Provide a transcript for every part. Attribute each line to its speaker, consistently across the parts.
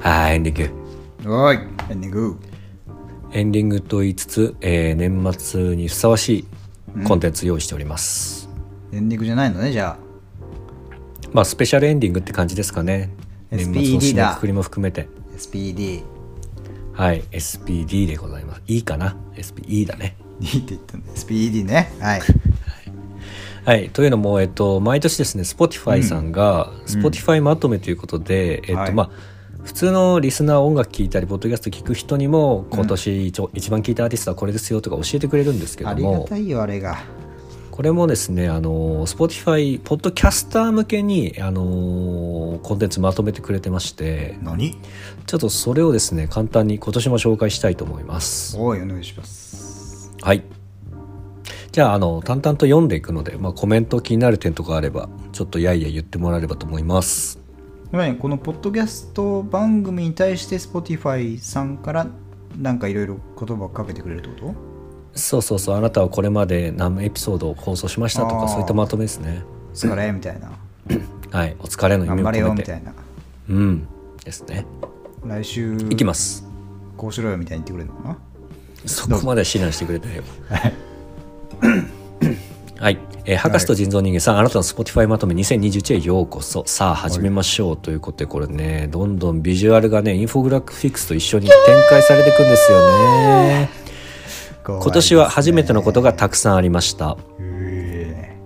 Speaker 1: はい、エンディング。
Speaker 2: おいエンディング
Speaker 1: エンディングと言いつつ、えー年末にふさわしいコンテンツ用意しております。
Speaker 2: エンディングじゃないのねじゃ
Speaker 1: まあ、スペシャルエンディングって感じですかね。年末の
Speaker 2: SPD
Speaker 1: 締
Speaker 2: だ
Speaker 1: めくくりも含めて。
Speaker 2: あ SPD
Speaker 1: はい、SPD でございます。いいかな ?SPE だね。
Speaker 2: いいって言ったの SPD ねはい
Speaker 1: はい、というのも、えっと、毎年ですね Spotify さんが、Spotify まとめということで、えっと
Speaker 2: はい
Speaker 1: まあ、普通のリスナー音楽聴いたりポッドキャスト聴く人にも今年一応一番聴いたアーティストはこれですよとか教えてくれるん ですけ
Speaker 2: あ
Speaker 1: ど
Speaker 2: りが
Speaker 1: も
Speaker 2: たいよあれが
Speaker 1: これもですねあの Spotify ポッドキャスター向けにあのコンテンツまとめてくれてまして
Speaker 2: 何
Speaker 1: ちょっとそれをですね簡単に今年も紹介したいと思います。
Speaker 2: おいお願いします
Speaker 1: はいじゃああの淡々と読んでいくので、まあ、コメント気になる点とかあればちょっとやいや言ってもらえればと思います。
Speaker 2: 何このポッドキャスト番組に対して Spotify さんからなんかいろいろ言葉をかけてくれるってこと
Speaker 1: そうそうそうあなたはこれまで何エピソードを放送しましたと
Speaker 2: あ
Speaker 1: か
Speaker 2: ー
Speaker 1: そういったまとめですね
Speaker 2: 疲れみたいな
Speaker 1: はいお疲れの意味を
Speaker 2: 頑張れよ
Speaker 1: 込
Speaker 2: み
Speaker 1: め
Speaker 2: た
Speaker 1: て
Speaker 2: いな
Speaker 1: うんですね
Speaker 2: 来週
Speaker 1: いきます
Speaker 2: こうしろよみたいに言ってくれるのかな
Speaker 1: そこまで指南してくれたよはい、えー博士と人造人間さん、あなたの Spotify まとめ2021へようこそさあ始めましょうということでこれねどんどんビジュアルがねインフォグラフィックスと一緒に展開されていくんですよね今年は初めてのことがたくさんありました
Speaker 2: え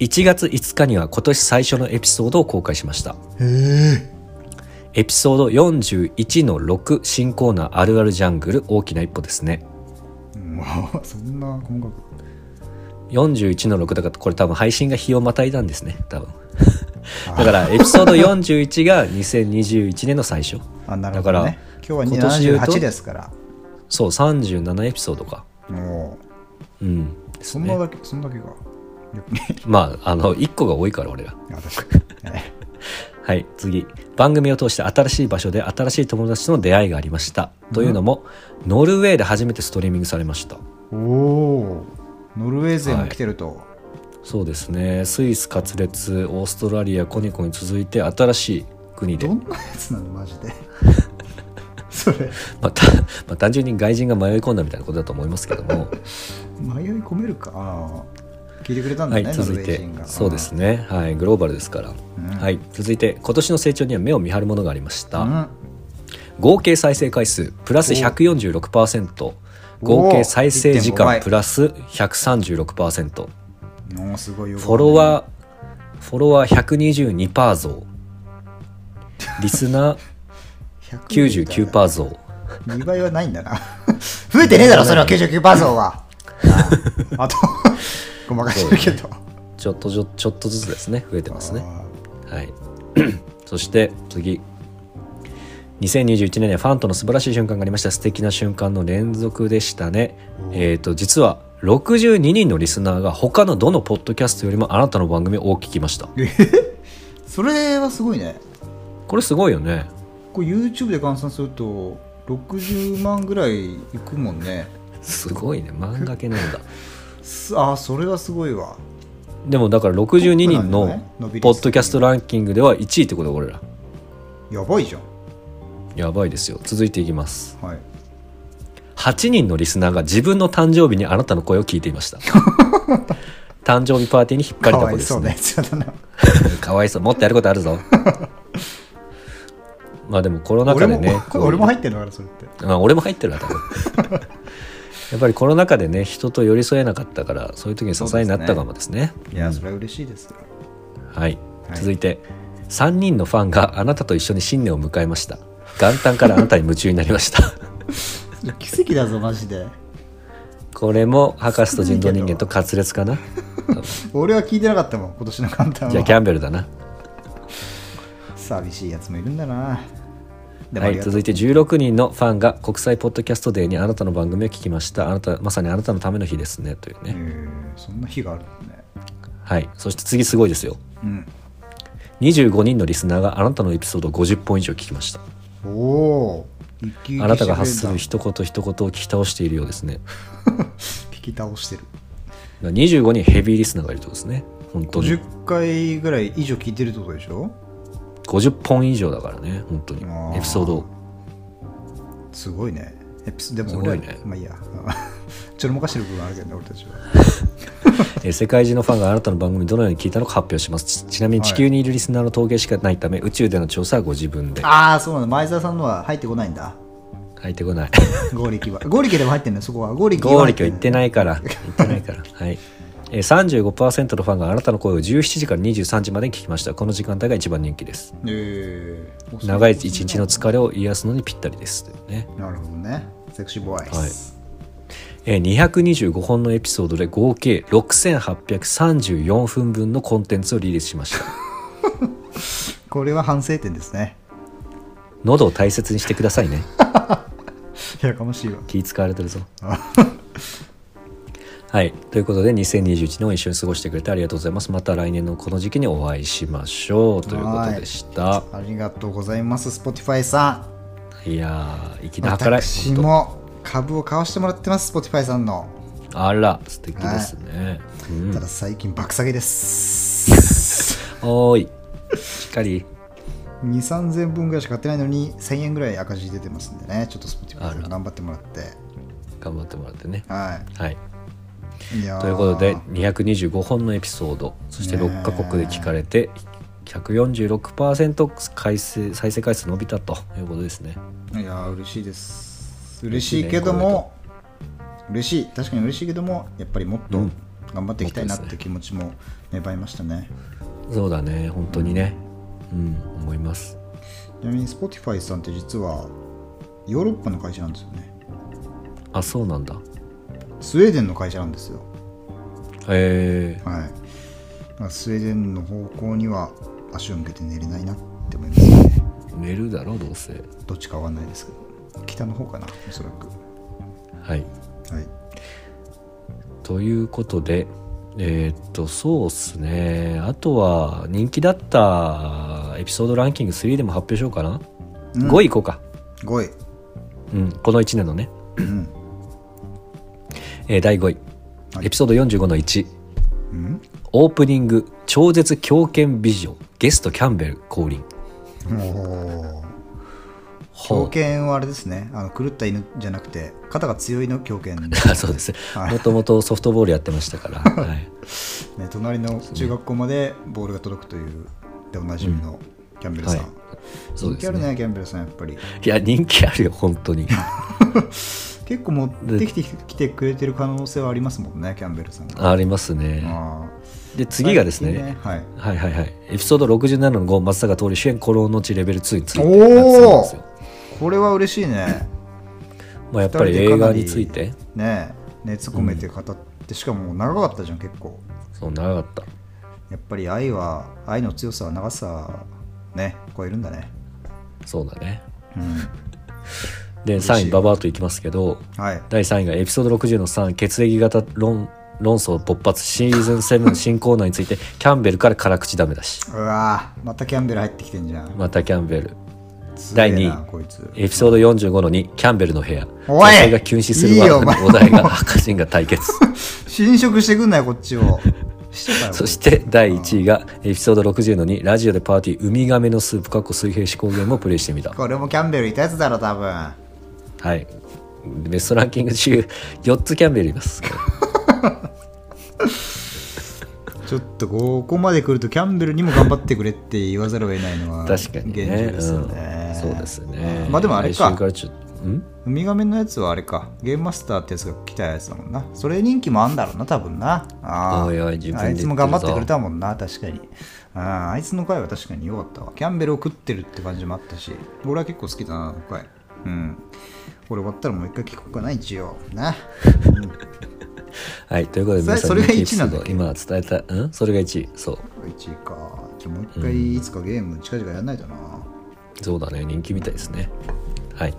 Speaker 1: 1月5日には今年最初のエピソードを公開しました
Speaker 2: ええ
Speaker 1: エピソード41の6新コーナーあるあるジャングル大きな一歩ですね
Speaker 2: えも うそんな細か
Speaker 1: 41の6だからこれ多分配信が日をまたいだんですね多分だからエピソード41が2021年の最初
Speaker 2: くあなるほど
Speaker 1: だから
Speaker 2: ね今日
Speaker 1: 今年言う
Speaker 2: は
Speaker 1: と
Speaker 2: 78ですから
Speaker 1: そう37エピソードか
Speaker 2: も
Speaker 1: うん
Speaker 2: うそんなだけそんだけかよくね
Speaker 1: まああの1個が多いから俺ら
Speaker 2: 私え
Speaker 1: はい次番組を通して新しい場所で新しい友達との出会いがありました、というのもノルウェーで初めてストリーミングされました
Speaker 2: えおおノルウェー勢も来てると、
Speaker 1: そうですねスイス滑裂オーストラリアコニコに続いて新しい国で
Speaker 2: どんなやつなのマジ でそれ
Speaker 1: まあたまあ単純に外人が迷い込んだみたいなことだと思いますけども
Speaker 2: 迷い込めるかああ聞いてくれたんだ
Speaker 1: は
Speaker 2: ね、
Speaker 1: い
Speaker 2: ノル
Speaker 1: 続
Speaker 2: ウ
Speaker 1: い
Speaker 2: ェー
Speaker 1: て
Speaker 2: 人が
Speaker 1: そうですねはいグローバルですから、はい続いて今年の成長には目を見張るものがありました、
Speaker 2: うん
Speaker 1: 合計再生回数プラス146%合計再生時
Speaker 2: おー1.5
Speaker 1: 間
Speaker 2: 倍
Speaker 1: プラス136%
Speaker 2: おーすごいよ
Speaker 1: フォロワーフォロワー122%増リス ナー
Speaker 2: ー
Speaker 1: 99%増
Speaker 2: 2倍はないんだな 増えてねえ だろそれは99%増はああとごまかしてるけど
Speaker 1: ちょっとちょちょっとずつですね増えてますね
Speaker 2: あ
Speaker 1: はい そして次2021年にはファンとの素晴らしい瞬間がありました素敵な瞬間の連続でしたねえっ、と実は62人のリスナーが他のどのポッドキャストよりもあなたの番組を聞きました
Speaker 2: ーそれはすごいね
Speaker 1: これすごいよね
Speaker 2: これ YouTube で換算すると60万ぐらいいくもんね
Speaker 1: すご いね漫画家なんだ
Speaker 2: すああそれはすごいわ
Speaker 1: でもだから62人
Speaker 2: トップなん
Speaker 1: の
Speaker 2: だね伸び率的に
Speaker 1: ポッドキャストランキングでは1位ってことだ俺ら
Speaker 2: やばいじゃん
Speaker 1: やばいですよ続いていきます
Speaker 2: はい
Speaker 1: 8人のリスナーが自分の誕生日にあなたの声を聞いていま した誕生日パーティーに引っ張りだこです
Speaker 2: かわ
Speaker 1: ね
Speaker 2: いそうなやつだな
Speaker 1: かわいそうもっとやることある ぞまあでもコロナ
Speaker 2: 俺
Speaker 1: 禍で
Speaker 2: も
Speaker 1: ねこういう
Speaker 2: 俺も入ってんのからそれって
Speaker 1: まあ、俺も入ってるわ多分 やっぱりコロナ禍でね人と寄り添えなかったからそういう時に支えになったかもですね
Speaker 2: いやそれは嬉しいですよ
Speaker 1: はい、
Speaker 2: はい
Speaker 1: 続いて3人のファンがあなたと一緒に新年を迎えました元旦からあなたに夢中になりました
Speaker 2: 奇跡だぞマジで
Speaker 1: これも博士と人造人間と滑裂 かな
Speaker 2: 俺は聞いてなかったもん今年の簡単
Speaker 1: じゃあキ
Speaker 2: は
Speaker 1: ャンベルだな
Speaker 2: 寂しいやつもいるんだなでも
Speaker 1: は
Speaker 2: あり
Speaker 1: い、
Speaker 2: がとう
Speaker 1: 続いて16人のファンが国際ポッドキャストデーにあなたの番組を聞きましたあなたまさにあなたのための日ですねというね、
Speaker 2: へえそんな日があるんだね
Speaker 1: はいそして次すごいですよ
Speaker 2: うん
Speaker 1: 25人のリスナーがあなたのエピソードを50本以上聞きました
Speaker 2: おお生き生きしてくれんだ
Speaker 1: あなたが発する一言一言を聞き倒しているようですね
Speaker 2: 聞き倒してる
Speaker 1: 25人ヘビーリスナーがいるとですね本当に
Speaker 2: 50回ぐらい以上聞いてるってことでしょ
Speaker 1: 50本以上だからね本当に
Speaker 2: あー
Speaker 1: エピソード
Speaker 2: すごいねエピソでも
Speaker 1: すご
Speaker 2: 俺はい
Speaker 1: ね
Speaker 2: まあいいや ちょろまかしてる部分あるけどね俺たちは
Speaker 1: えー世界中のファンがあなたの番組どのように聞いたのか発表しますちちなみに
Speaker 2: はい
Speaker 1: 地球にいるリスナーの統計しかないため、宇宙での調査はご自分で
Speaker 2: ああそうなんだ前澤さんのは入ってこないんだ
Speaker 1: 入ってこない
Speaker 2: 合力は合力でも入ってんのそこは合力
Speaker 1: ゴーリキは言って
Speaker 2: い
Speaker 1: ないから言ってないからはいえー35%のファンがあなたの声を17時から23時までに聞きましたこの時間帯が一番人気です
Speaker 2: えー
Speaker 1: 長い一日の疲れを癒すのにぴったりです、ね
Speaker 2: なるほどねセクシーボイス、
Speaker 1: えー225本のエピソードで合計6834分分のコンテンツをリリースしました
Speaker 2: これは反省点ですね
Speaker 1: 喉を大切にしてくださいね
Speaker 2: やかましいわ
Speaker 1: 気使われてるぞ はいということで2021年を一緒に過ごしてくれてありがとうございますまた来年のこの時期にお会いしましょうということでした
Speaker 2: ありがとうございます Spotify さ
Speaker 1: いやー粋
Speaker 2: ん
Speaker 1: な計らい
Speaker 2: 私も株を買わしてもらってます Spotify さんの、
Speaker 1: 本当あら素敵ですね、うん
Speaker 2: ただ最近爆下げです
Speaker 1: おーいしっかり
Speaker 2: 2 3 0 0 0分ぐらいしか買ってないのに1000円ぐらい赤字出てますんでねちょっと Spotify さん頑張ってもらって
Speaker 1: 頑張ってもらってね
Speaker 2: はい
Speaker 1: はい
Speaker 2: いやー
Speaker 1: ということで225本のエピソードそして
Speaker 2: ねえ
Speaker 1: 6カ国で聞かれて146%回生再生回数伸びたということですね
Speaker 2: いやー嬉しいです嬉しいけども嬉しい確かに嬉しいけどもやっぱりもっと
Speaker 1: うん
Speaker 2: 頑張っていきたいなっ
Speaker 1: もっと
Speaker 2: て気持ちも芽生えましたね
Speaker 1: そうだね本当にねうん思います
Speaker 2: ちなみに Spotify さんって実はヨーロッパの会社なんですよね
Speaker 1: あそうなんだ
Speaker 2: スウェーデンの会社なんですよ
Speaker 1: えー
Speaker 2: はいだからスウェーデンの方向には足を向けて寝れないなって思いますね
Speaker 1: 寝るだろどうせ
Speaker 2: どっちかわかんないですけど北の方かなおそらく
Speaker 1: はい
Speaker 2: はい
Speaker 1: ということでえーっとそうっすねあとは人気だったエピソードランキング3でも発表しようかな、
Speaker 2: うん
Speaker 1: 5位いこうか、
Speaker 2: 5位
Speaker 1: うん、この1年のね、
Speaker 2: ん
Speaker 1: えー第5位、エピソード45の1
Speaker 2: うん
Speaker 1: オープニング超絶狂犬美女ゲストキャンベル降臨
Speaker 2: おお
Speaker 1: ほ
Speaker 2: 狂
Speaker 1: う
Speaker 2: 犬はあれですねあの狂った犬じゃなくて肩が強いの 狂犬ね
Speaker 1: あそうです
Speaker 2: はい
Speaker 1: もともとソフトボールやってました から、はい、
Speaker 2: 隣の中学校までボールが届くというでおなじみのキャンベルさん、
Speaker 1: はいそうで
Speaker 2: 人気あ
Speaker 1: す
Speaker 2: る
Speaker 1: ね
Speaker 2: ねキャンベルさんやっぱり
Speaker 1: いや人気あるよ本当 に
Speaker 2: 結構持ってきてきてくれてる可能性はありますもんねキャンベルさんが
Speaker 1: ありますね
Speaker 2: あー
Speaker 1: で次がですね
Speaker 2: 最近はい
Speaker 1: はいはいはいエピソード67の5松坂桃李主演「コロの地レベル2」について
Speaker 2: おー
Speaker 1: 夏なんですよ
Speaker 2: これは嬉しいね
Speaker 1: まあやっぱり映画について
Speaker 2: ね熱込めて語って、しかも長かったじゃん結構
Speaker 1: そう長かった
Speaker 2: やっぱり愛は愛の強さは長さはね超えるんだね
Speaker 1: そうだね
Speaker 2: うん
Speaker 1: で3位ババアといきますけど
Speaker 2: はい
Speaker 1: 第3位がエピソード60の3血液型論論争勃発シーズン7新コーナーについてキャンベルから辛口ダメだし
Speaker 2: うわーまたキャンベル入ってきてんじゃん
Speaker 1: またキャンベル
Speaker 2: すげえな
Speaker 1: 第二位
Speaker 2: こいつ
Speaker 1: エピソード45の2キャンベルの部屋
Speaker 2: お
Speaker 1: 女
Speaker 2: い
Speaker 1: 性が急死する
Speaker 2: いいよ
Speaker 1: わ
Speaker 2: お前
Speaker 1: お題が赤人が対決
Speaker 2: 侵食してくんなよこっちをしてたよ
Speaker 1: そして第1位がエピソード60の2ラジオでパーティーウミガメのスープかっこ水平思考ゲームをプレイしてみた
Speaker 2: これもキャンベルいたやつだろ多分
Speaker 1: はいベストランキング中4つキャンベルいます
Speaker 2: ちょっとここまで来るとキャンベルにも頑張ってくれって言わざるを得ないのは
Speaker 1: 確かにね
Speaker 2: 現状ですよね、
Speaker 1: うんそうですね
Speaker 2: まあでもあれ
Speaker 1: 来
Speaker 2: か
Speaker 1: 週らちょっとん
Speaker 2: ウミガメのやつはあれかゲームマスターってやつが来たやつだもんなそれ人気もあんだろうな多分なあー
Speaker 1: おいおい自分で言ってるぞ
Speaker 2: あいつも頑張ってくれたもんな確かにあーあいつの回は確かに良かったわキャンベルを食ってるって感じもあったし俺は結構好きだなあの回うんこれ終わったらもう一回聞こうかな一応な
Speaker 1: はいということで
Speaker 2: それ
Speaker 1: 皆さん
Speaker 2: それが
Speaker 1: 人気エピソ
Speaker 2: 1な
Speaker 1: ー
Speaker 2: んだ
Speaker 1: ド
Speaker 2: っけ
Speaker 1: 今伝えたうんそれが1位そう
Speaker 2: 1位かじゃあもう一回いつかゲーム近々やらないとな、
Speaker 1: そうだね人気みたいですねはい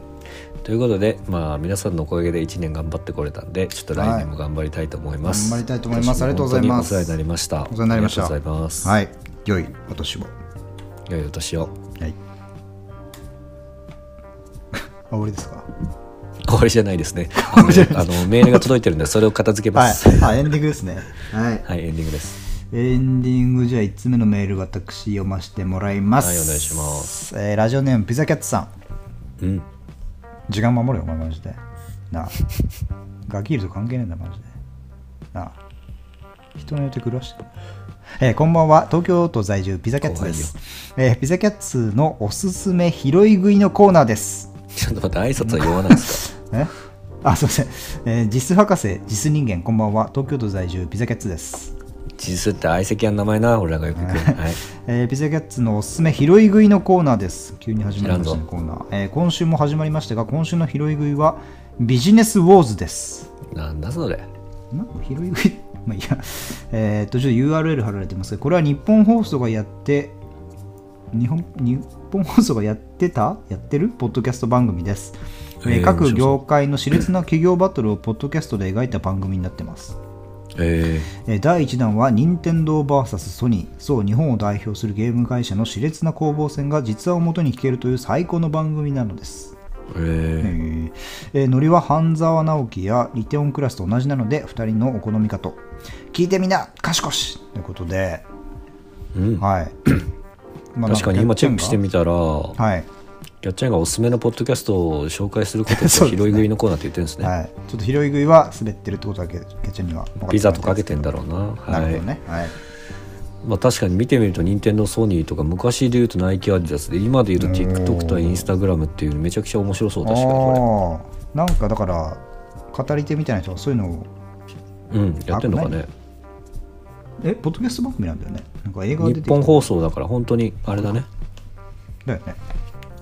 Speaker 1: ということでまあ皆さんのおかげで1年頑張ってこれたんでちょっと来年も頑張りたいと思います、
Speaker 2: はい頑張りたいと思いますありがとうございま
Speaker 1: 今
Speaker 2: す
Speaker 1: 年も本当にお世話になりました
Speaker 2: お世話になりました
Speaker 1: ありがとうございます、
Speaker 2: はい良いお年を
Speaker 1: 良いお年を
Speaker 2: はい。 あ、俺ですか。
Speaker 1: 終わりじゃないです ねあのあのメールが届いてるんでそれを片付けま
Speaker 2: はい
Speaker 1: す。
Speaker 2: あ、エンディングですね。はい。
Speaker 1: はい、エンディングです
Speaker 2: えエンディングじゃあ1つ目のメール私読ませてもらいます。。
Speaker 1: はいお願いします
Speaker 2: えーラジオネームピザキャッツさん。
Speaker 1: うん。
Speaker 2: 時間守るよ、お前マジで。なあ。ガキールと関係ねえんだ、マジで。なあ。人の予定狂わしてる。えーこんばんは。東京都在住、ピザキャッツです。えーピザキャッツのおすすめ拾い食いのコーナーです。
Speaker 1: ちょっと待って、挨拶は言わないですか
Speaker 2: えあ、すいません。えー、ジス博士、ジス人間、こんばんは。東京都在住、ピザキャッツです。
Speaker 1: ジスって相席屋の名前な、俺らがよく行く。はい。
Speaker 2: えーピザキャッツのおすすめ拾い食いのコーナーです。急に始まりましたね
Speaker 1: 知
Speaker 2: コーナー、えー今週も始まりましたが、今週の拾い食いはビジネスウォーズです。
Speaker 1: なんだそれ。
Speaker 2: なんか拾い食い まあいいや。えーっと、ちょっと URL 貼られてますけど、これは日本放送がやって、日本日本放送がやってたやってるポッドキャスト番組です。えー
Speaker 1: えー面白
Speaker 2: 各
Speaker 1: そう
Speaker 2: 業界の熾烈な企業バトルをポッドキャストで描いた番組になってます。
Speaker 1: え
Speaker 2: えー第1弾は任天堂 VS ソニーそう日本を代表するゲーム会社の熾烈な攻防戦が実話をもとに聞けるという最高の番組なのです、
Speaker 1: ー、えー、
Speaker 2: えーノリは半沢直樹やリテオンクラスと同じなので2人のお好みかと聞いてみな賢しということで、
Speaker 1: うん。
Speaker 2: はいまあ
Speaker 1: 確かに今チェックしてみたら、
Speaker 2: はい、
Speaker 1: キャッチャンがおすすめのポッドキャストを紹介することと拾い食いのコーナーって言ってるんですね。
Speaker 2: はい、ちょっと拾い食いは滑ってるってことだけケチャには分かって
Speaker 1: ピザとかけて
Speaker 2: て
Speaker 1: んだろうな。
Speaker 2: なる
Speaker 1: は
Speaker 2: ほ
Speaker 1: い
Speaker 2: ど。ね、はい
Speaker 1: まあ確かに見てみると、任天堂ソニーとか、昔で言うとナイキアディダスで、今で言うと TikTok と Instagram っていう、めちゃくちゃ面白そう、確かにこ
Speaker 2: あーなんかだから語り手みたいな人はそういうのを
Speaker 1: れ。うん、やってんのかね。
Speaker 2: えポッドキャスト番組なんだよねなんか映画が出て
Speaker 1: 日
Speaker 2: きた
Speaker 1: 本放送だから、本当に、あれだね。
Speaker 2: だよね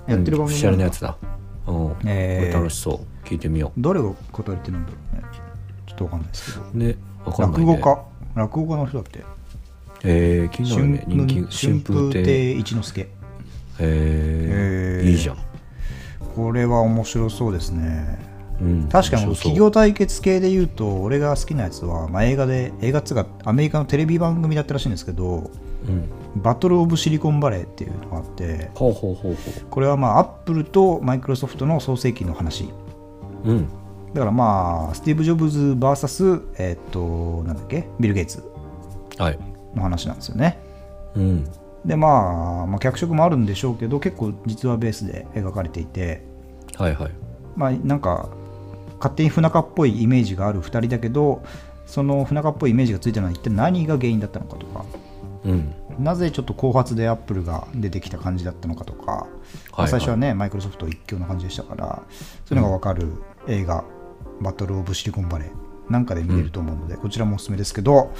Speaker 2: やってる番
Speaker 1: うんオフィ
Speaker 2: 組
Speaker 1: シャ
Speaker 2: な
Speaker 1: ル
Speaker 2: ん
Speaker 1: の
Speaker 2: だ
Speaker 1: やつだ。うん。
Speaker 2: え
Speaker 1: これ
Speaker 2: ー
Speaker 1: 楽しそう。聞いてみよ
Speaker 2: 誰が語り手なんだろうねちょっとわかんないですけど
Speaker 1: う。ね、わかんない、
Speaker 2: 落
Speaker 1: ね。
Speaker 2: 語家落語家の人だって
Speaker 1: えー、気になるね。人気、
Speaker 2: 春
Speaker 1: 春
Speaker 2: 風
Speaker 1: 風亭。
Speaker 2: 亭一之輔
Speaker 1: え
Speaker 2: え
Speaker 1: ー、
Speaker 2: ー
Speaker 1: いいじゃん。
Speaker 2: これは面白そうですね
Speaker 1: うん、
Speaker 2: 確かに
Speaker 1: 面白そう
Speaker 2: 企業対決系で言うと俺が好きなやつは、まあ、映画で映画っつうかアメリカのテレビ番組だったらしいんですけど
Speaker 1: うん、
Speaker 2: バトル・オブ・シリコンバレーっていうのがあって
Speaker 1: ほうほうほうほ
Speaker 2: これはまあアップルとマイクロソフトの創世記の話
Speaker 1: ううん
Speaker 2: だからまあスティーブ・ジョブズ VS えっとなんだっけビル・ゲイツ
Speaker 1: はい
Speaker 2: の話なんですよね
Speaker 1: うん
Speaker 2: でまあ、まあ、脚色もあるんでしょうけど結構実話ベースで描かれていて
Speaker 1: はいはい
Speaker 2: まあなんか勝手に不仲っぽいイメージがある2人だけどその不仲っぽいイメージがついたのは一体何が原因だったのかとか
Speaker 1: うん
Speaker 2: なぜちょっと後発でアップルが出てきた感じだったのかとか、まあ
Speaker 1: はい
Speaker 2: 最初はねマイクロソフト一強な感じでしたからそういうのが分かる映画「バトル・オブ・シリコンバレー」なんかで見れると思うので、こちらもおすすめですけど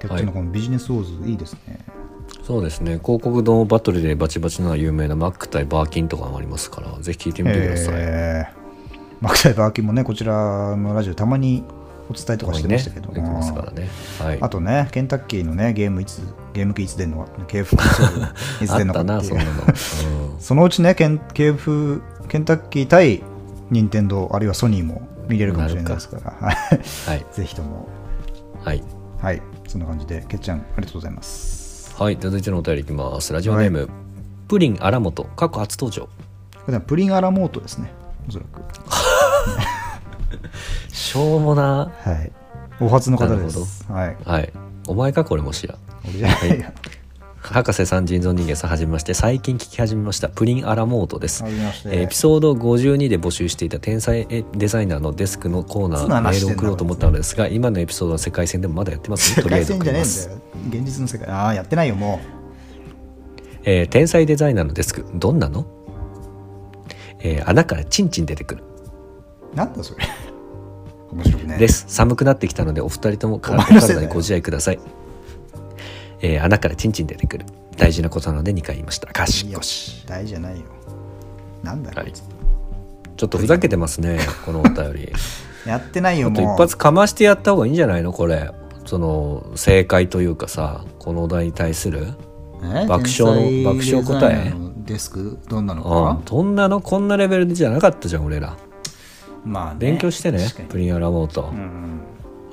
Speaker 2: キャッチのこのビジネスウォーズいいですね、
Speaker 1: そうですね広告のバトルでバチバチなのは有名なマック対バーキンとかもありますからぜひ聞いてみてください、
Speaker 2: えーマクサイバーキンもねこちらのラジオたまにお伝えと
Speaker 1: た
Speaker 2: か
Speaker 1: ま
Speaker 2: し
Speaker 1: に
Speaker 2: て
Speaker 1: ね
Speaker 2: まし
Speaker 1: で
Speaker 2: たけど、
Speaker 1: きますからねはい
Speaker 2: あとねケンタッキーのねゲームいつゲーム機いつ出んの系譜かそう いつ
Speaker 1: あ
Speaker 2: 出
Speaker 1: っ
Speaker 2: んのか
Speaker 1: たな
Speaker 2: ってい
Speaker 1: そ
Speaker 2: うん
Speaker 1: なの、うん
Speaker 2: そのうちね、ケンケーフケンタッキー対任天堂あるいはソニーも見れるかもしれないですから、はい
Speaker 1: はい
Speaker 2: ぜひとも、
Speaker 1: はい
Speaker 2: はい、そんな感じで、けっちゃん、ありがとうございます。
Speaker 1: はい続いてのお便りいきますラジオネーム、プリン荒本過去初登場
Speaker 2: これはプリンアラモートですね、おそらく。
Speaker 1: しょうもな
Speaker 2: はい。お初の方
Speaker 1: なる
Speaker 2: で
Speaker 1: ほ
Speaker 2: す。はい。
Speaker 1: はいお前かこれもしや
Speaker 2: 俺じゃないや。
Speaker 1: 博士さん人造人間さんはじめまして最近聞き始めましたプリンアラモードです
Speaker 2: はじめまして
Speaker 1: えーエピソード52で募集していた天才デザイナーのデスクのコーナ
Speaker 2: いつの
Speaker 1: ーメ
Speaker 2: 話
Speaker 1: ー
Speaker 2: してん
Speaker 1: ルを
Speaker 2: だ
Speaker 1: 送ろうと思ったのですが今のエピソードは世界戦でもまだやってますねとりあえ
Speaker 2: 外
Speaker 1: ず
Speaker 2: 線
Speaker 1: 送
Speaker 2: じ
Speaker 1: り
Speaker 2: ゃねえ
Speaker 1: ま
Speaker 2: ん
Speaker 1: す
Speaker 2: だよ。現実の世界。ああ、やってないよ、も
Speaker 1: えー天才デザイナーのデスクどんなの、えー穴からチンチン出てくる
Speaker 2: う。なんだそれ。面白くね。
Speaker 1: です寒くなってきたのでお二人とも
Speaker 2: お
Speaker 1: 体
Speaker 2: 前のせいだよ
Speaker 1: 体にご自愛ください、えー穴からチンチン出てくる大事なことなので2回言いましたかし
Speaker 2: いや
Speaker 1: こし
Speaker 2: 大事じゃないよ。なんだろう
Speaker 1: はいちょっとふざけてますねこのお便り
Speaker 2: やってない
Speaker 1: ち
Speaker 2: よ、
Speaker 1: ょっと
Speaker 2: も
Speaker 1: 一
Speaker 2: う。
Speaker 1: 発かましてやった方がいいんじゃないのこれその正解というかさこのお題に対する
Speaker 2: え
Speaker 1: 爆笑
Speaker 2: 天才
Speaker 1: 爆笑答え
Speaker 2: デザイナーのデスクどんなのか
Speaker 1: うん
Speaker 2: な
Speaker 1: どんなのこんなレベルじゃなかったじゃん俺ら
Speaker 2: まあね
Speaker 1: 勉強してね
Speaker 2: 確か
Speaker 1: プ
Speaker 2: に
Speaker 1: リンアラモート
Speaker 2: う、ん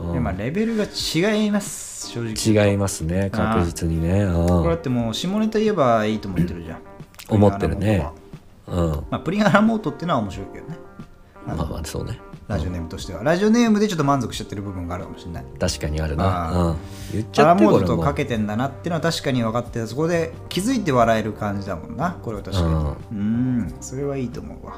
Speaker 1: うん
Speaker 2: でまあレベルが違います正直
Speaker 1: 違いますね確実にねうん
Speaker 2: これだってもう下ネタ言えばいいと思ってるじゃん
Speaker 1: 思ってるね
Speaker 2: プリンアラモ
Speaker 1: う
Speaker 2: ードは
Speaker 1: ん
Speaker 2: まあプリンアラモートってのは面白いけどね
Speaker 1: まあまあそうね
Speaker 2: ラジオネームとしてはラジオネームでちょっと満足しちゃってる部分があるかもしれない
Speaker 1: 確かにある
Speaker 2: あ
Speaker 1: な、
Speaker 2: ー
Speaker 1: うん、言っち
Speaker 2: ア
Speaker 1: ゃ
Speaker 2: ラ
Speaker 1: って
Speaker 2: モー
Speaker 1: 俺
Speaker 2: ドと
Speaker 1: も
Speaker 2: かけてんだなっていうのは確かに分かってそこで気づいて笑える感じだもんなこれは確かにうんそれはいいと思うわ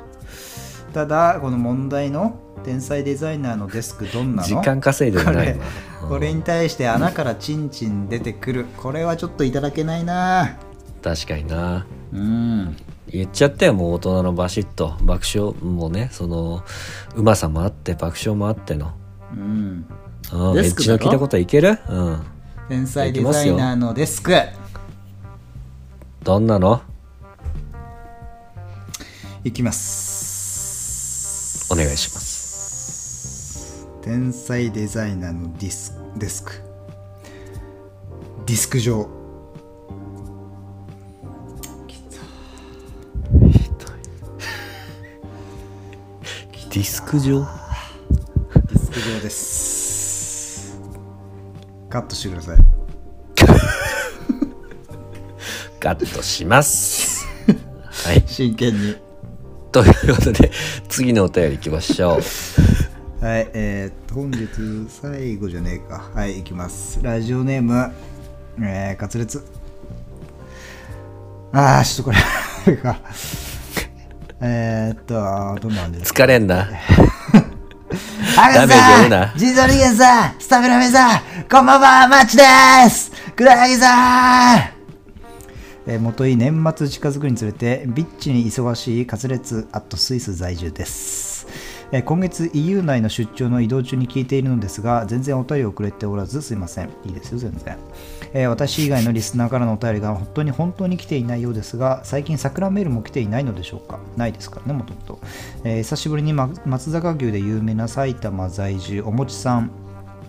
Speaker 2: ただこの問題の天才デザイナーのデスクどんなの
Speaker 1: 時間稼いでるないわ
Speaker 2: これこれに対して穴からチンチン出てくるこれはちょっといただけないな
Speaker 1: 確かにな
Speaker 2: うん
Speaker 1: 言っちゃったよもう大人のバシッと爆笑もねそのうまさもあって爆笑もあっての、
Speaker 2: うん
Speaker 1: うん、エ
Speaker 2: デ
Speaker 1: ッ
Speaker 2: スク
Speaker 1: ジ
Speaker 2: だ
Speaker 1: の
Speaker 2: ろ
Speaker 1: 聞いたこといける、うん、
Speaker 2: 天才デザイナーのデスク
Speaker 1: どんなの
Speaker 2: いきます
Speaker 1: お願いします
Speaker 2: 天才デザイナーのディスデスクディスク上
Speaker 1: ディスク上
Speaker 2: ディスク上ですカットしてください
Speaker 1: ガッとします はい
Speaker 2: 真剣に
Speaker 1: ということで次のお便りいきましょう
Speaker 2: はいえーっと本日最後じゃねえかはいいきますラジオネームえー、カツレツああちょっとこれかえー、っとどんな感じですか
Speaker 1: 疲れんな
Speaker 2: ダ
Speaker 1: メージを負うな
Speaker 2: 人造人間さん、スタミナメさん、こんばんは、マッチです黒柳さんえー、もとい年末近づくにつれて、ビッチに忙しいカツレツ、あとスイス在住です。えー今月 EU 内の出張の移動中に聞いているのですが、全然お便りをくれておらずすいません。いいですよ、全然。えー私以外のリスナーからのお便りが本当に本当に来ていないようですが、最近桜メールも来ていないのでしょうかないですからね、もともと。えー久しぶりにま松坂牛で有名な埼玉在住、おもちさん。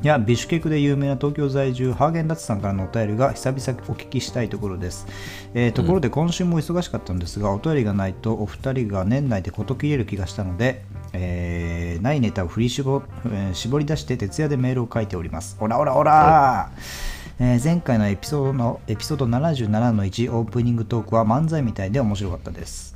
Speaker 2: いやビシュケクで有名な東京在住ハーゲンダッツさんからのお便りが久々お聞きしたいところです、えーところで今週も忙しかったんですが、お便りがないとお二人が年内で事切れる気がしたので、えーないネタを振り絞,、えー絞り出して徹夜でメールを書いておりますオラオラオラえー前回のエピソードのエピソード77の1オープニングトークは漫才みたいで面白かったです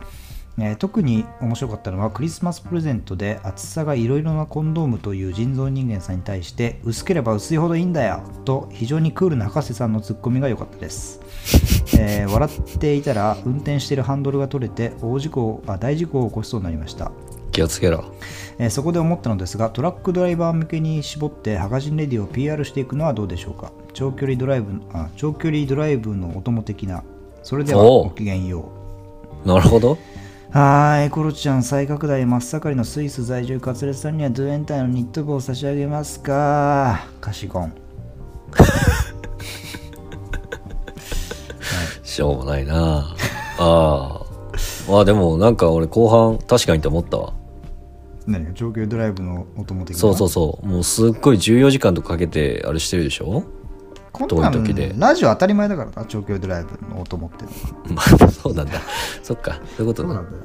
Speaker 2: えー特に面白かったのはクリスマスプレゼントで厚さがいろいろなコンドームという人造人間さんに対して薄ければ薄いほどいいんだよと非常にクールな博士さんのツッコミが良かった です、えー笑っていたら運転しているハンドルが取れて大事故あ大事故を起こしそうになりました
Speaker 1: 気をつけろ
Speaker 2: えーそこで思ったのですがトラックドライバー向けに絞ってハガジンレディを PR していくのはどうでしょうか長距離ドライブあ長距離ドライブのお供的なそれでは
Speaker 1: おう
Speaker 2: ごきげんよう
Speaker 1: なるほど
Speaker 2: はーい、コロちゃん、再拡大真っ盛りのスイス在住、カツレツさんにはドゥエンタイのニット帽を差し上げますか。カシゴン。
Speaker 1: しょうもないなああまあでもなんか俺後半確かにと思ったわ
Speaker 2: 何が長距離ドライブのお供的な
Speaker 1: そうそうそうもうすっごい14時間とかかけてあれしてるでしょ
Speaker 2: こんなん
Speaker 1: 遠い時で
Speaker 2: ラジオ当たり前だからな、長距離ドライブのお供ってのは。
Speaker 1: まあそうなんだそっかそういうこと
Speaker 2: そうな
Speaker 1: だ
Speaker 2: んだよ。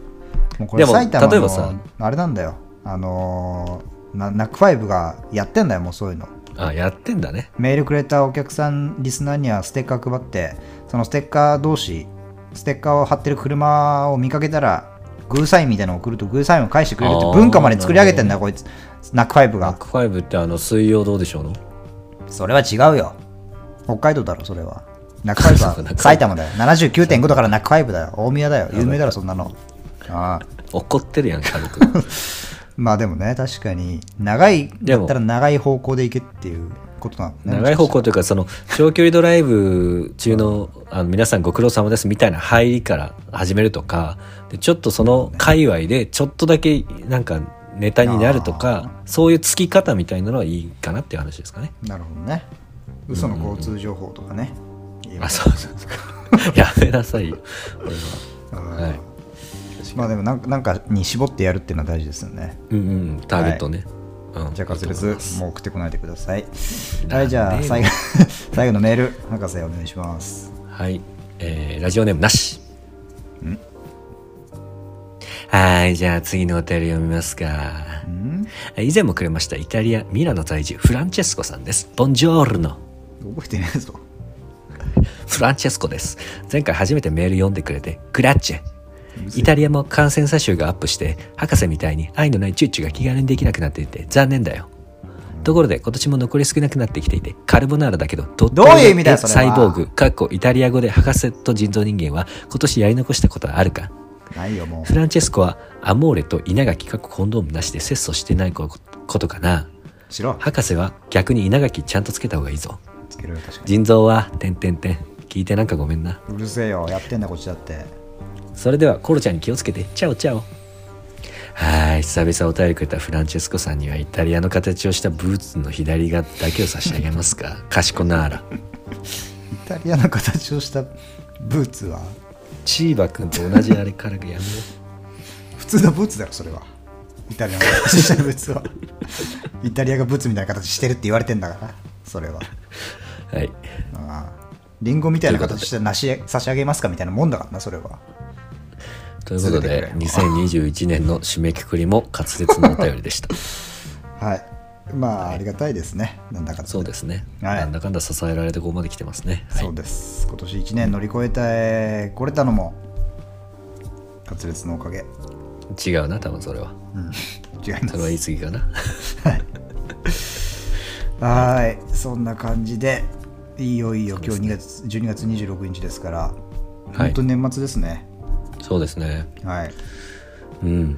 Speaker 2: もうこれ
Speaker 1: でも
Speaker 2: 埼玉の
Speaker 1: 例えばさ
Speaker 2: あれなんだよ。あのー、なナックファイブがやってんだよ、もうそういうの。
Speaker 1: あやってんだね
Speaker 2: メールくれたお客さん、リスナーにはステッカー配って、そのステッカー同士、ステッカーを貼ってる車を見かけたら、グーサインみたいなのを送るとグーサインを返してくれるって
Speaker 1: あー
Speaker 2: 文化まで作り上げてんだよ、こいつ。ナックファイブ
Speaker 1: バッ
Speaker 2: が。
Speaker 1: クファイブってあの水曜どうでしょうの
Speaker 2: それは違うよ。北海道だろ、それは。ナックファイ
Speaker 1: そ
Speaker 2: ブ
Speaker 1: うナッ
Speaker 2: は
Speaker 1: クファイ
Speaker 2: 埼玉だよ。79.5だからナックファイブだよ。大宮だよ。有名だろ、そんなの。ああ。
Speaker 1: 怒ってるやんか 僕
Speaker 2: まあでもね、確かに、長い、
Speaker 1: で
Speaker 2: だ
Speaker 1: も
Speaker 2: ったら長い方向で行けっていうことなのね。
Speaker 1: 長い方向というかその長距離ドライブ中のあの皆さんご苦労様ですみたいな入りから始めるとかでちょっとその界隈でちょっとだけなんかネタになるとかそういうつき方みたいなのはいいかなっていう話ですかね
Speaker 2: なるほどね。嘘の交通情報とかね。言えば
Speaker 1: あそうそうそうやめなさいよ俺は
Speaker 2: うん
Speaker 1: はい
Speaker 2: まあでもなんかなんかに絞ってやるっていうのは大事ですよね。
Speaker 1: うんうんターゲットね、うん
Speaker 2: じゃあカツレツもう送ってこないでください。
Speaker 1: な
Speaker 2: は
Speaker 1: ん
Speaker 2: い
Speaker 1: で
Speaker 2: じゃあ最後 最後のメール博士お願いします。
Speaker 1: はい、えーラジオネームなしはいじゃあ次のお便り読みますか
Speaker 2: うん
Speaker 1: 以前もくれましたイタリアミラノ在住フランチェスコさんですボンジョールノ
Speaker 2: 覚えてねえぞ。
Speaker 1: フランチェスコです前回初めてメール読んでくれてグラッチェイタリアも感染者数がアップして博士みたいに愛のないチュッチュが気軽にできなくなっていて残念だよところで今年も残り少なくなってきていてカルボナーラだけどど
Speaker 2: どういう意味だよそれは
Speaker 1: サイボーグかっこイタリア語で博士と人造人間は今年やり残したことはあるか
Speaker 2: ないよ、も
Speaker 1: フランチェスコはアモーレと稲垣かっこコンドームなしで切磋してないことかな
Speaker 2: う。しろ。
Speaker 1: 博士は逆に稲垣ちゃんとつけた方がいいぞ
Speaker 2: つけろよ、確かに。
Speaker 1: 腎臓はてんてんてん聞いてなんかごめんな
Speaker 2: うるせえよ、やってんだ、こっちだって。
Speaker 1: それではコロちゃんに気をつけてチャオチャオはーい久々お便りくれたフランチェスコさんにはイタリアの形をしたブーツの左側だけを差し上げます かカシコナーラ
Speaker 2: イタリアの形をしたブーツは、
Speaker 1: チーバくんと同じあれからやめよ
Speaker 2: 普通のブーツだろ、それは。イタリアの 形をしたブーツは。イタリアがブーツみたいな形してるって言われてんだから、それは。
Speaker 1: うはい
Speaker 2: ああリンゴみたいな形してなし差し上げますかみたいなもんだからな、それは。
Speaker 1: ということ
Speaker 2: 続けてく
Speaker 1: で
Speaker 2: れ
Speaker 1: 2021年の締めくくりも滑舌のお便りでした
Speaker 2: はい。まあ、ありがたいですね、なんだかんだ
Speaker 1: そうですね、
Speaker 2: はい
Speaker 1: なんだかんだ支えられてここまで来てますね、はい
Speaker 2: そうです今年1年乗り越えてこれたのも滑舌のおかげ、
Speaker 1: 違うな多分それは
Speaker 2: うん、違いま
Speaker 1: それは言い過ぎか な
Speaker 2: すはいそんな感じでいよいよ今日2月12月26日ですから、本当に年末ですね
Speaker 1: そうですね
Speaker 2: はい
Speaker 1: うん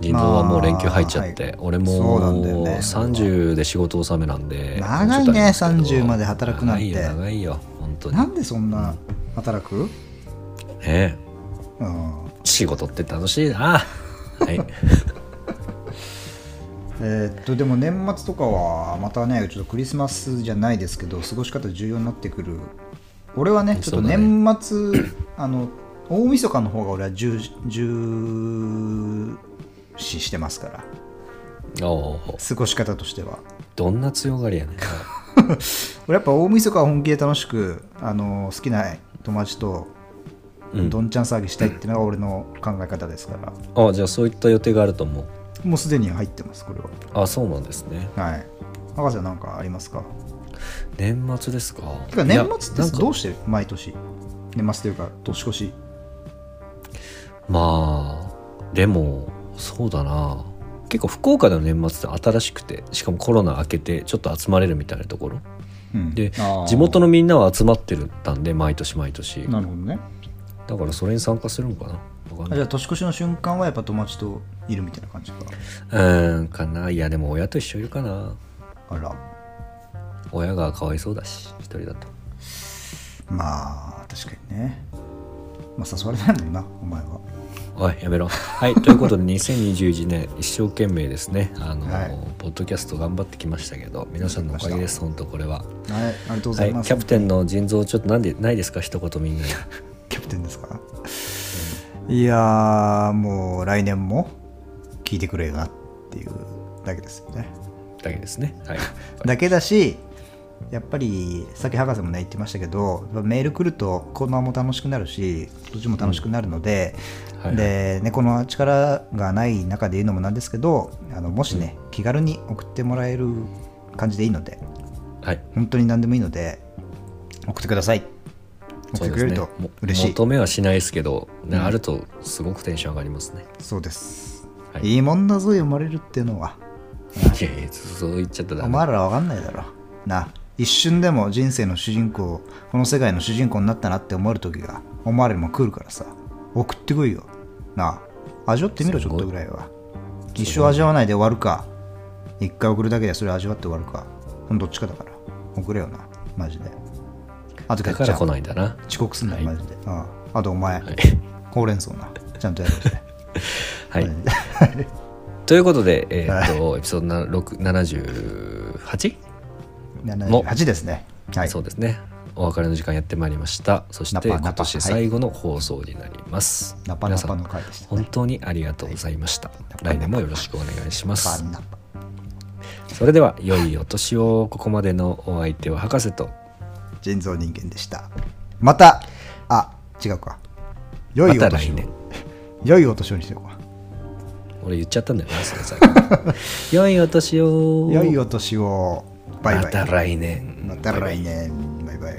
Speaker 1: 腎臓はもう連休入っちゃって、
Speaker 2: まあはい
Speaker 1: 俺
Speaker 2: そうなんだよ
Speaker 1: も
Speaker 2: ね
Speaker 1: 30で仕事納めなんで
Speaker 2: 長いね
Speaker 1: ちょっとあれですけど
Speaker 2: 30まで働くなんて
Speaker 1: 長いよ長いよ本当に
Speaker 2: な
Speaker 1: ね
Speaker 2: んでそんな働く、
Speaker 1: え
Speaker 2: うん
Speaker 1: 仕事って楽しいなはい
Speaker 2: えーっとでも年末とかはまたねちょっとクリスマスじゃないですけど過ごし方重要になってくる俺はねちょっと
Speaker 1: そうだね
Speaker 2: 年末、あの大晦日の方が俺は重重視してますから
Speaker 1: おー
Speaker 2: 過ごし方としては
Speaker 1: どんな強がりやねん
Speaker 2: 俺やっぱ大晦日は本気で楽しくあの好きな友達と
Speaker 1: うん
Speaker 2: どんちゃん騒ぎしたいっていうのが俺の考え方ですから、
Speaker 1: あじゃあそういった予定があると思う
Speaker 2: もうすでに入ってますこれは
Speaker 1: あそうなんですね
Speaker 2: はい博士は何かありますか
Speaker 1: 年末ですか
Speaker 2: てか年末
Speaker 1: い
Speaker 2: っ
Speaker 1: や
Speaker 2: てどうしてる毎年年末というか年越し
Speaker 1: まあでもそうだな結構福岡での年末って新しくてしかもコロナ明けてちょっと集まれるみたいなところ
Speaker 2: うん
Speaker 1: で
Speaker 2: あー
Speaker 1: 地元のみんなは集まってるったんで毎年毎年
Speaker 2: なるほどね
Speaker 1: だからそれに参加するのかなわかん
Speaker 2: あ
Speaker 1: ない
Speaker 2: じゃあ年越しの瞬間はやっぱ友達といるみたいな感じか
Speaker 1: うーんかないやでも親と一緒いるかな
Speaker 2: あら
Speaker 1: 親がかわいそうだし一人だと
Speaker 2: まあ確かにねまあ誘われないもんなお前は
Speaker 1: おいやめろはいということで2021年 一生懸命ですねあの、
Speaker 2: はい
Speaker 1: ポッドキャスト頑張ってきましたけど皆さんのおかげです本当これは
Speaker 2: はいありがとうご
Speaker 1: は
Speaker 2: ざ
Speaker 1: い
Speaker 2: いま
Speaker 1: キ
Speaker 2: す、
Speaker 1: ャプテンの腎臓ちょっとなんでないですか一言みんなに
Speaker 2: キャプテンですかいやーもう来年も聞いてくれよなっていうだけですよね
Speaker 1: だけです ねはい
Speaker 2: だけだしやっぱりさっき博士もね言ってましたけどやっぱメール来るとコーナーも楽しくなるしどっちも楽しくなるので、
Speaker 1: うんはい
Speaker 2: でね、この力がない中で言うのもなんですけどあのもしね、気軽に送ってもらえる感じでいいので
Speaker 1: はい
Speaker 2: 本当に何でもいいので送ってください送ってくれると
Speaker 1: も
Speaker 2: 嬉しい
Speaker 1: 求めはしないですけど、ね
Speaker 2: うん
Speaker 1: あるとすごくテンション上がりますね
Speaker 2: そうです、
Speaker 1: はい
Speaker 2: い、いもんだぞ生まれるっていうのはい
Speaker 1: やいやそう言っちゃったらダ
Speaker 2: お
Speaker 1: メ
Speaker 2: 前らわかんないだろな一瞬でも人生の主人公この世界の主人公になったなって思える時がお前らにも来るからさ送ってこいよなあ味わってみろちょっとぐらいは一生味わわないで終わるか一回送るだけでそれ味わって終わるかほんどっちかだから送れよなマジであとガ
Speaker 1: だ
Speaker 2: ッチ
Speaker 1: から
Speaker 2: ャ
Speaker 1: 来
Speaker 2: ン
Speaker 1: ないんだな
Speaker 2: 遅刻すんなよマジで、うんあとお前、ほうれん草なちゃんとやろうぜ
Speaker 1: はい、 ということで、えーっとエピソード 78?、
Speaker 2: 78ですねはい
Speaker 1: そうですねお別れの時間やってまいりましたそして
Speaker 2: ナパナパ
Speaker 1: 今年最後の放送になります、
Speaker 2: ナパナ
Speaker 1: 皆さ
Speaker 2: パ
Speaker 1: ん
Speaker 2: の回でした
Speaker 1: 本当にありがとうございました、来年もよろしくお願いしま
Speaker 2: ナパ
Speaker 1: す
Speaker 2: ナパ
Speaker 1: それでは良いお年をここまでのお相手は博士と
Speaker 2: 人造人間でしたまたあ違うか良
Speaker 1: ま
Speaker 2: いお
Speaker 1: た来
Speaker 2: 年を、
Speaker 1: 年
Speaker 2: 良いお年をにしようか
Speaker 1: 俺言っちゃったんだよなそれさっき 良いお年を
Speaker 2: 良いお年をバイバイ
Speaker 1: また来年
Speaker 2: また来年バイバイ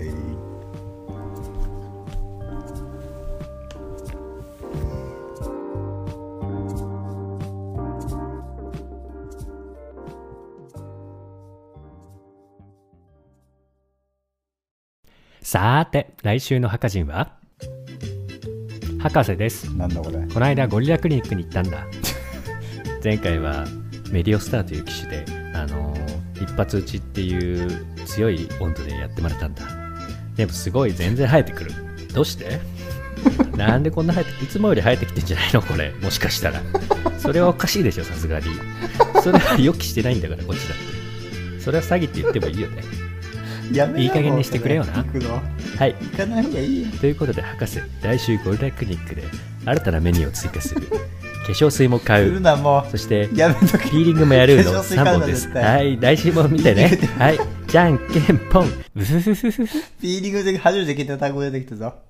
Speaker 1: さーて、来週の博人は博士です。
Speaker 2: なんだこれ。
Speaker 1: この間ゴリラクリニックに行ったんだ。 前回はメディオスターという機種で、あのー一発打ちっていう強い温度でやってもらったんだ。でもすごい全然生えてくる。どうしてなんでこんな生えていつもより生えてきてんじゃないのこれ。もしかしたら。それはおかしいでしょ、さすがに。それは予期してないんだから、こっちだって。それは詐欺って言ってもいいよね。
Speaker 2: やめな よ
Speaker 1: いい加減にしてくれよな
Speaker 2: 行くの
Speaker 1: はい。
Speaker 2: 行かない方がいいよ。
Speaker 1: ということで博士来週ゴリラクリニックで新たなメニューを追加する化粧水も買
Speaker 2: する
Speaker 1: う
Speaker 2: な、も
Speaker 1: そして
Speaker 2: う。やめとけ。
Speaker 1: ピーリングもやる
Speaker 2: 化粧
Speaker 1: の
Speaker 2: 水買うな
Speaker 1: 3本です
Speaker 2: 絶対
Speaker 1: はい来週も見てねはいじゃんけんぽんブフフフフフ
Speaker 2: ピーリングで初めて聞いた単語出てきたぞ。